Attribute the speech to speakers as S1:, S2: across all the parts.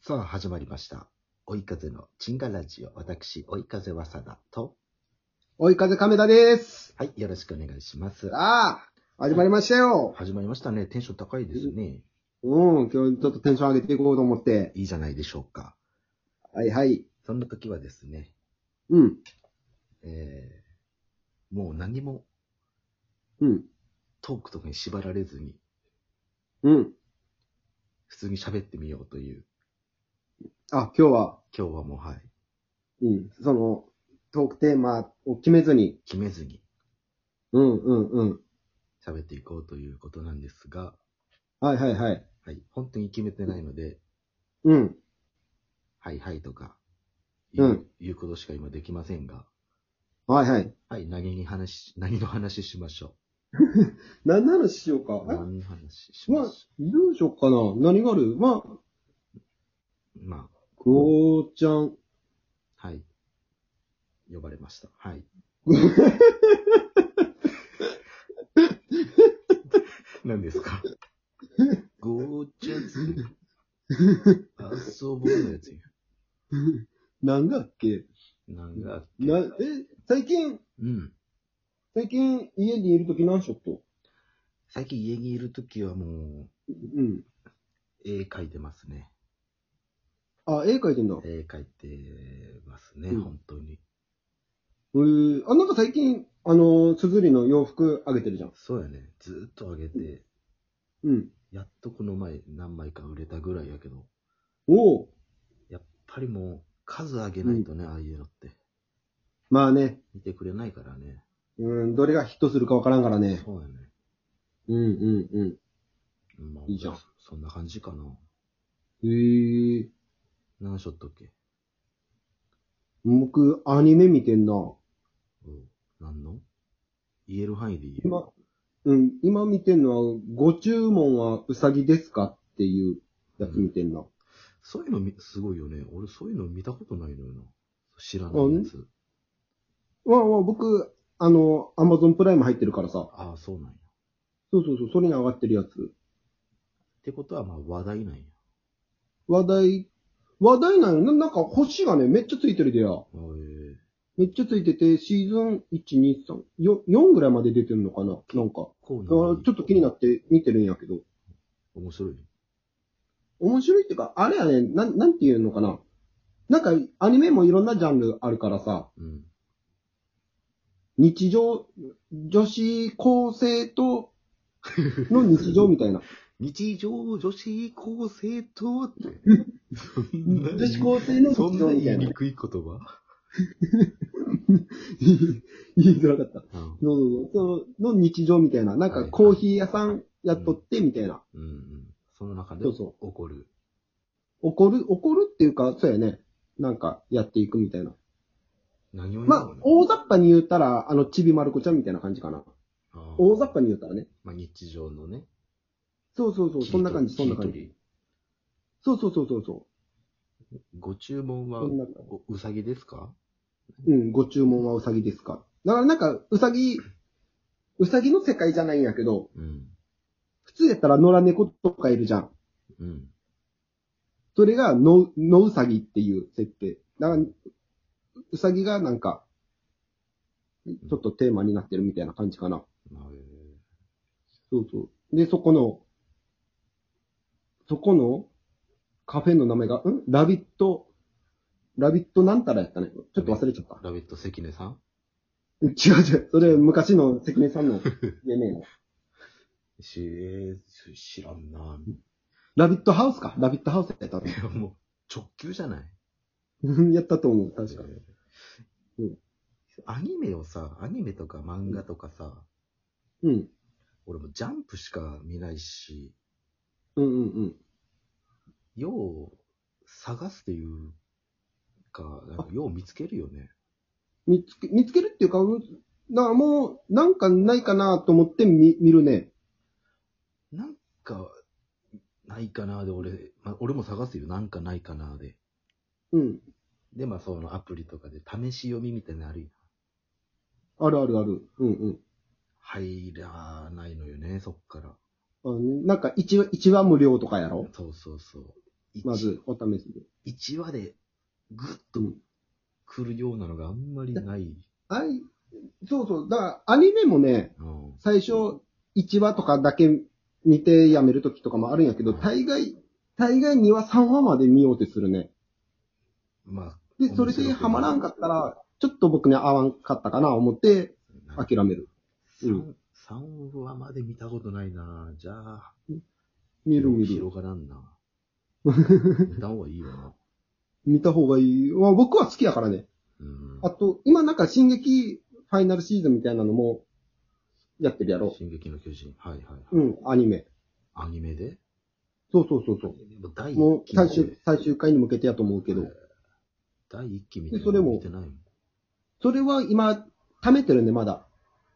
S1: さあ、始まりました。追い風のチンガラジオ。私、追い風わさだと。
S2: 追い風亀田です。
S1: はい、よろしくお願いします。
S2: ああ、始まりましたよ。
S1: 始まりましたね。テンション高いですね。
S2: うん、今日ちょっとテンション上げていこうと思って。
S1: いいじゃないでしょうか。
S2: はいはい。
S1: そんな時はですね、
S2: うん、
S1: えー、もう何も
S2: うん、
S1: トークとかに縛られずに、
S2: うん。
S1: 普通に喋ってみようという、
S2: あ、今日は、
S1: 今日はもうはい、
S2: うん、その、トークテーマを決めずに、
S1: 決めずに
S2: うん、うん、うん。
S1: 喋っていこうということなんですが、
S2: はいはいはい。
S1: はい、本当に決めてないので、
S2: うん、
S1: はいはいとか、
S2: うん
S1: いういうことしか今できませんが、
S2: はいはい。
S1: はい、何に話し、何の話しましょ
S2: 何の話しよう
S1: う。
S2: か。
S1: 何の話し
S2: えまあ
S1: まし、
S2: どうしようかな。何があるまあ、
S1: ょう。ま
S2: クオちゃん。
S1: あ、はい。呼ばれました。はい。 何ですかゴージャス。遊ぼうのやつや。
S2: 何だっけ
S1: なんだっけ
S2: な、え、最近、
S1: うん。
S2: 最近家にいるとき何しよっと
S1: 最近家にいるときはもう、
S2: うん。
S1: 絵描いてますね。
S2: あ、絵描いてんだ。
S1: 絵描いてますね、
S2: うん
S1: 本当に。
S2: うーあ、なんか最近、あのー、すずりの洋服あげてるじゃん。
S1: そうやね。ずーっと上げて、
S2: うん。
S1: やっとこの前何枚か売れたぐらいやけど、
S2: おお。
S1: やっぱりもう数上げないとね、ああいうのって。
S2: まあね、
S1: 見てくれないからね。
S2: うん、どれがヒットするかわからんからね。
S1: そうやね。
S2: うんうんうん。
S1: まあ、
S2: いいじゃん
S1: そんな感じかな。
S2: へえ。
S1: 何ショットっけ
S2: 僕、アニメ見てんな。
S1: うん。何の言える範囲で言え
S2: 今、うん、今見てんのは、ご注文はうさぎですかっていうやつ見てんな。
S1: そういうのみすごいよね。俺そういうの見たことないのよな。知らないやつ。
S2: わあわあ、僕、あの、アマゾンプライム入ってるからさ。
S1: ああ、そうなんや。っ
S2: そうそうそう、それに上がってるやつ。
S1: てことはまあ話題なんや。
S2: 話題、話題なのななんか星がね、めっちゃついてるでや。
S1: あえ
S2: めっちゃついてて、シーズン1、2、3、4, 4ぐらいまで出てるのかななんか。
S1: こう
S2: だからちょっと気にな
S1: っ
S2: って見てるんやけど。
S1: 面白いね。
S2: 面白いっていうか、あれやね、なん、なんていうのかななんか、アニメもいろんなジャンルあるからさ、
S1: うん。
S2: 日常、女子高 生と、の日常みたいな。
S1: 日常女子高生とって。
S2: 女子高生の
S1: そ
S2: 日
S1: んな
S2: 常みた
S1: 言い
S2: いな
S1: に。くい言葉
S2: 言いづらかった。
S1: うん。
S2: そうそうそうそのの日常みたいな。なんか、コーヒー屋さんやっとって、みたいな。
S1: うんうん。その中で
S2: そう
S1: 起
S2: そ
S1: こる。
S2: 怒る、怒るっていうか、そうやね。なんか、やっていくみたいな。
S1: 何を言う
S2: まあ
S1: の、
S2: 大雑把に言ったら、あの、ちびまる子ちゃんみたいな感じかな。
S1: あー
S2: 大雑把に言ったらね。
S1: まあ日常のね。
S2: そうそうそう、そんな感じ、そんな感
S1: 切り
S2: じ。
S1: 取
S2: そうそうそうそうそ
S1: り。ご注文
S2: う。
S1: は
S2: そんな感
S1: おうさぎですか
S2: じ。うん、ご注文はうさぎですか。だからなんか、うさぎ、うさぎの世界じゃないんやけど、
S1: うん。
S2: 普通やったら野良猫とかいるじゃん。
S1: うん。
S2: それがの、のうさぎっていう設定。だから、うさぎがなんか、ちょっとテーマになってるみたいな感じかな。
S1: まあえ
S2: そうそう。で、そこの、そこのカフェの名前が、んラビット、ラビットなんたらやったね。ちょっと忘れちゃった
S1: ー。ラビット関根さん
S2: 違う違う。それ昔の関根さんの有名な。
S1: し、えー、知らんな。
S2: ラビットハウスか。ラビットハウスやったの
S1: いや、 もう、直球じゃない
S2: うん やったと思う。確かに。
S1: えー
S2: うん
S1: アニメをさ、アニメとか漫画とかさ、
S2: うん。
S1: 俺もジャンプしか見ないし、
S2: うんうんうん。
S1: よう探すっていうか、なんかよう見つけるよね。
S2: 見つけ、見つけるっていうか、うんだからもう、なんかないかなと思って見、見るね。
S1: なんか、ないかなで、俺、まあ、俺も探すよ。なんかないかなで。
S2: うん。
S1: で、まあ、そのアプリとかで試し読みみたいなのあるやん
S2: あるあるある。うんうん。
S1: 入らないのよね、そっから。
S2: あのねなんか1話、一話無料とかやろ
S1: そうそうそう。
S2: まず、お試しで。
S1: 1話でぐっ
S2: う
S1: と
S2: ん
S1: 来るようなのがあんまりない。
S2: あい、そうそう。だから、アニメもね、
S1: うん。
S2: 最初、1話とかだけ見てやめるときとかもあるんやけど、
S1: はい
S2: 大概、大概2話、3話まで見ようってするね。
S1: ま
S2: で、それでハマらんかったら、ちょっと僕ね、合わんかったかな、思って、
S1: あ、
S2: 諦める。うん。
S1: 3, 話まで見たことないなじゃあ、
S2: 見る見る。
S1: 広がら んな見た方がいいよな。
S2: 見た方がいい。まあ、僕は好きやからね。
S1: うん。
S2: あと、今なんか、進撃ファイナルシーズンみたいなのも、やってるやろ。
S1: 進撃の巨人。はいはいはい。
S2: うん、アニメ。
S1: アニメで
S2: そうそうそうそう。
S1: でも第一期
S2: もう、最終
S1: で、
S2: 最終回に向けてやと思うけど。
S1: 第一期みたい
S2: で
S1: な
S2: それ
S1: の
S2: も
S1: 見てないもん。
S2: それは今、貯めてるんで、まだ。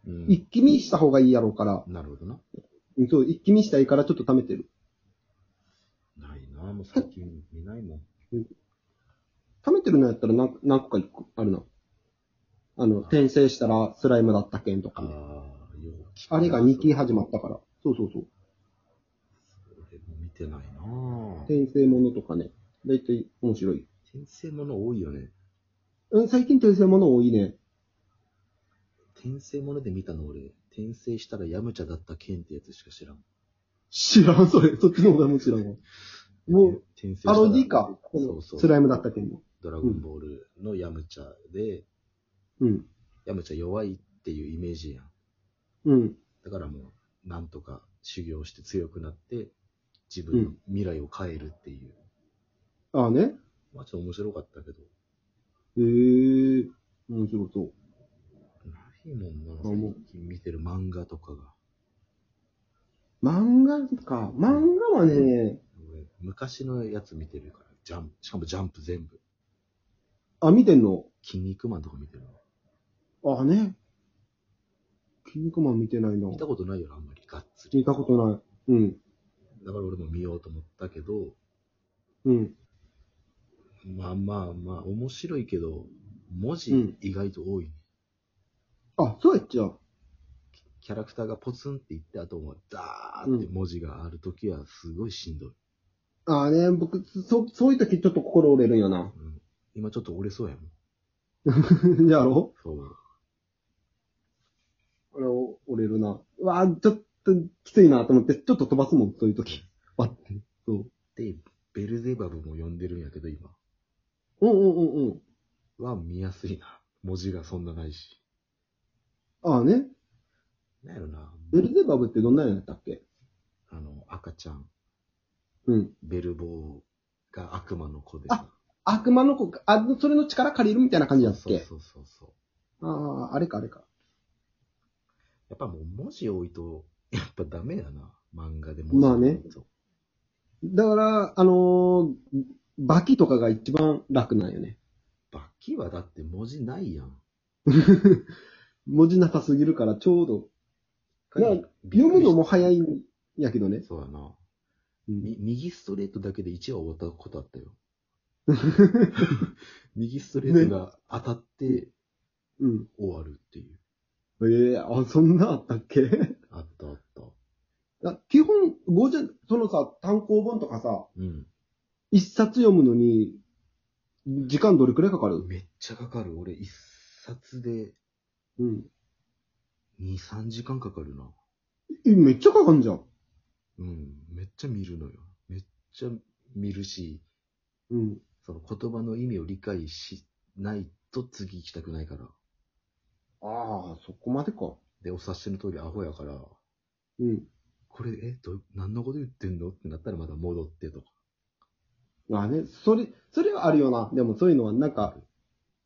S1: うん
S2: 一気見した方がいいやろうから。
S1: なるほどな。
S2: うんそう、一気見したいからちょっと貯めてる。
S1: ないなもう最近見ないもん。
S2: 貯めてるのやったら何何個か一個あるな。あの、転生したらスライムだったけんと
S1: あ
S2: か
S1: あ
S2: ね、
S1: よう聞くな
S2: あれが2期始まったから。そうそうそう。
S1: 俺も見てないなぁ。
S2: 転生ものとかね。だいたい面白い。
S1: 転生もの多いよね。
S2: うん、最近転生もの多いね。
S1: 転生もので見たの俺、転生したらヤムチャだった剣ってやつしか知らん。
S2: 知らん、それ。そっちの方がもちろん。もう、
S1: 転生した
S2: ア
S1: ら
S2: ロディか。こ
S1: そ
S2: の
S1: うそう。
S2: スライムだったけんの。
S1: ドラゴンボールのヤムチャで、
S2: うん。
S1: ヤムチャ弱いっていうイメージやん。
S2: うん。
S1: だからもう、なんとか修行して強くなって、自分の未来を変えるっていう。
S2: ああね。
S1: まあちょっと面白かったけど、
S2: へえ。面白そう。
S1: ないもんな
S2: あもう
S1: 最近見てる漫画とかが。
S2: 漫画か。漫画はね、
S1: 俺、昔のやつ見てるから、ジャンプ、しかもジャンプ全部。
S2: あ、見てんの
S1: 筋肉マンとか見てるの。
S2: あ、ね。キン肉マン見てないな
S1: 見。たことないよな、あんまり、がっつり。
S2: 見たことない。うん。
S1: だから俺も見ようと思ったけど、
S2: うん。
S1: まあまあまあ、面白いけど、文
S2: う
S1: 字
S2: ん
S1: 意外と多い、ね
S2: あ、そうやっちゃう。
S1: キャラクターがポツンって言って、あともう、ダーって文字があるときは、すごいしんどい、
S2: あね、僕、そ、そういう時ちょっと心折れるんよな。
S1: うん今ちょっと折れそうやもん。
S2: やろ
S1: そう。
S2: あれ、折れるな。うわあちょっときついなと思って、ちょっと飛ばすもん、そういう時。わって。そう。
S1: で、ベルゼバブも呼んでるんやけど、今。
S2: うんうんうんうん。
S1: は見やすいな。文字がそんなないし。
S2: あね。
S1: なんやろな。
S2: ベルゼバブってどんなやつだったっけ
S1: あの、赤ちゃん、
S2: うん。
S1: ベルボーが悪魔の子で。
S2: あ悪魔の子か、あ、それの力借りるみたいな感じだっ
S1: そう
S2: け
S1: そうそうそう。
S2: ああ、あれかあれか。
S1: やっぱもう文字多いと、やっぱダメやな。漫画で文字
S2: まあね
S1: 多いと。
S2: だから、あのーバキとかが一番楽なんよね。
S1: バキはだって文字ないやん。
S2: 文字なさすぎるからちょうど、な
S1: びっ
S2: 読
S1: く
S2: む
S1: り
S2: の
S1: し
S2: も早いんやけどね。
S1: そうやな。
S2: うん
S1: み右ストレートだけで1話終わったことあった よ。右ストレートが当たって
S2: うん。
S1: 終わるっていう。
S2: ええあ、そんなあったっけ
S1: あったあった。
S2: あ基本、ゴジャ、そのさ、単行本とかさ、
S1: うん。
S2: 一冊読むのに、時間どれくらいかかる
S1: めっちゃかかる。俺、一冊で
S2: うん。
S1: 2、3時間かかるな。
S2: え、めっちゃかかんじゃん。
S1: うん。めっちゃ見るのよ。めっちゃ見るし、
S2: うん。
S1: その言葉の意味を理解しないと次行きたくないから。
S2: ああ、そこまでか。
S1: で、お察しの通りアホやから、
S2: うん。
S1: これ、え、どう、何のこと言ってんのってなったらまた戻ってとか。
S2: まあね、それ、それはあるよな。でもそういうのは、なんか、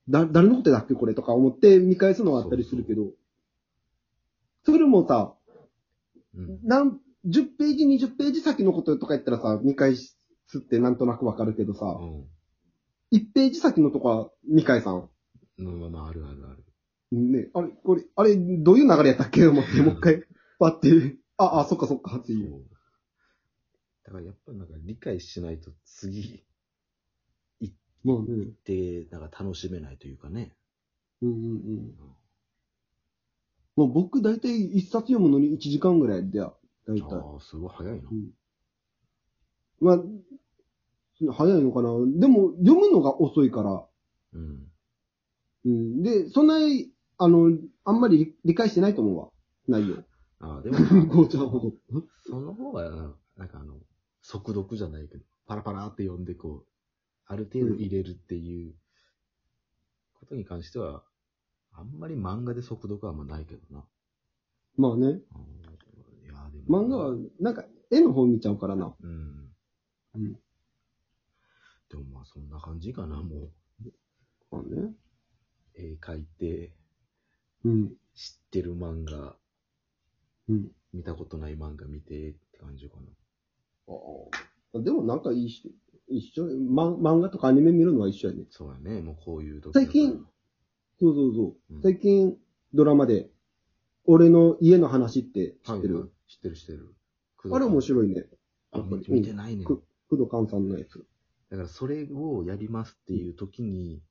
S2: だ、誰のことだっけこれとか思って見返すのはあったりするけど、それもさ、
S1: うん。
S2: なん、10ページ、20ページ先のこととか言ったらさ、見返すってなんとなくわかるけどさ、
S1: うん。
S2: 1ページ先のとこは見返さん。
S1: まあまあ、あるあるある。
S2: ね、あれ、これ、あれ、どういう流れやったっけ思って、もう一回、パッて、あ、あ、そっかそっかっていう。
S1: そうだからやっぱなんか理解しないと次
S2: まあ
S1: っ
S2: ね、
S1: て、なんか楽しめないというかね。
S2: うんうんうん。まあ僕、大体一冊読むのに1時間ぐらいで、大体。
S1: ああ、すごい早いな。
S2: まあ、早いのかな。でも、読むのが遅いから。
S1: うん。
S2: うん。で、そんなに、あの、あんまり理解してないと思うわ。内容。
S1: ああ、でもな
S2: ゴーちゃんほど。
S1: その方がな、なんかあの、速読じゃないけど、パラパラって読んでこう、ある程度入れるっていうことに関しては、あんまり漫画で速読はあんまないけどな。
S2: まあね。
S1: うんいや、でも。
S2: 漫画は、なんか、絵の方見ちゃうからな。
S1: うん。
S2: うん
S1: でもまあそんな感じかな、も
S2: まあね。
S1: う。絵描いて、
S2: うん。
S1: 知ってる漫画、
S2: うん。
S1: 見たことない漫画見てって感じかな。
S2: でもなんかいいし、一緒、ま、漫画とかアニメ見るのは一緒やね。
S1: そうやね、もうこういう時
S2: 最近そうそうそうう。
S1: ん
S2: 最近、ドラマで、俺の家の話って知
S1: 知っ
S2: ってて
S1: る、
S2: る。
S1: 知ってる知ってる。
S2: あれ面
S1: い。
S2: 白いね。
S1: あ
S2: やっぱり
S1: 見見てないねん。
S2: く工藤勘さんのやつ。
S1: だからそれをやりますっていう時に、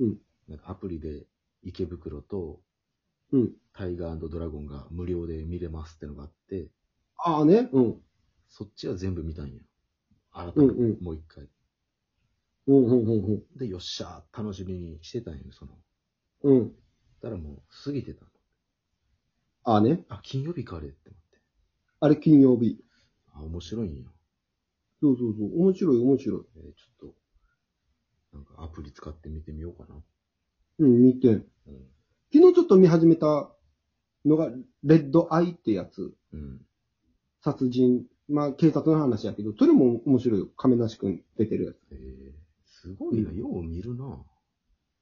S2: うん
S1: なんかアプリで池袋と
S2: うん。
S1: タイガードラゴンが無料で見れますってのがあって、
S2: ああね。うん。
S1: そっちは全部見たんや。改めて、
S2: うんう
S1: もう一回。
S2: うん、うん、うん、
S1: で、よっしゃー楽しみにしてたんや、その。
S2: うん。うん。
S1: だからもう過ぎてたの。
S2: ああね。
S1: あ、金曜日かあれって思って。
S2: あれ金曜日。
S1: あ、面白いんや。
S2: そうそうそう。面白い、面白い。
S1: えーちょっと、なんかアプリ使って見てみようかな。
S2: うん、見て。
S1: うん。
S2: 昨日ちょっと見始めたのが、レッドアイってやつ。
S1: うん。
S2: 殺人。まあ、警察の話やけど、それも面白いよ。亀梨くん出てるやつ。
S1: えー、すごいな、よう見る な。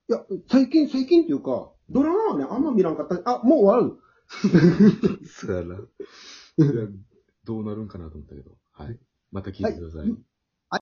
S2: いや、最近、最近っていうか、ドラマはね、あんま見らんかった。あ、もう終わる。
S1: そら、いやどうなるんかなと思ったけど。はい。また聞いてください。
S2: はい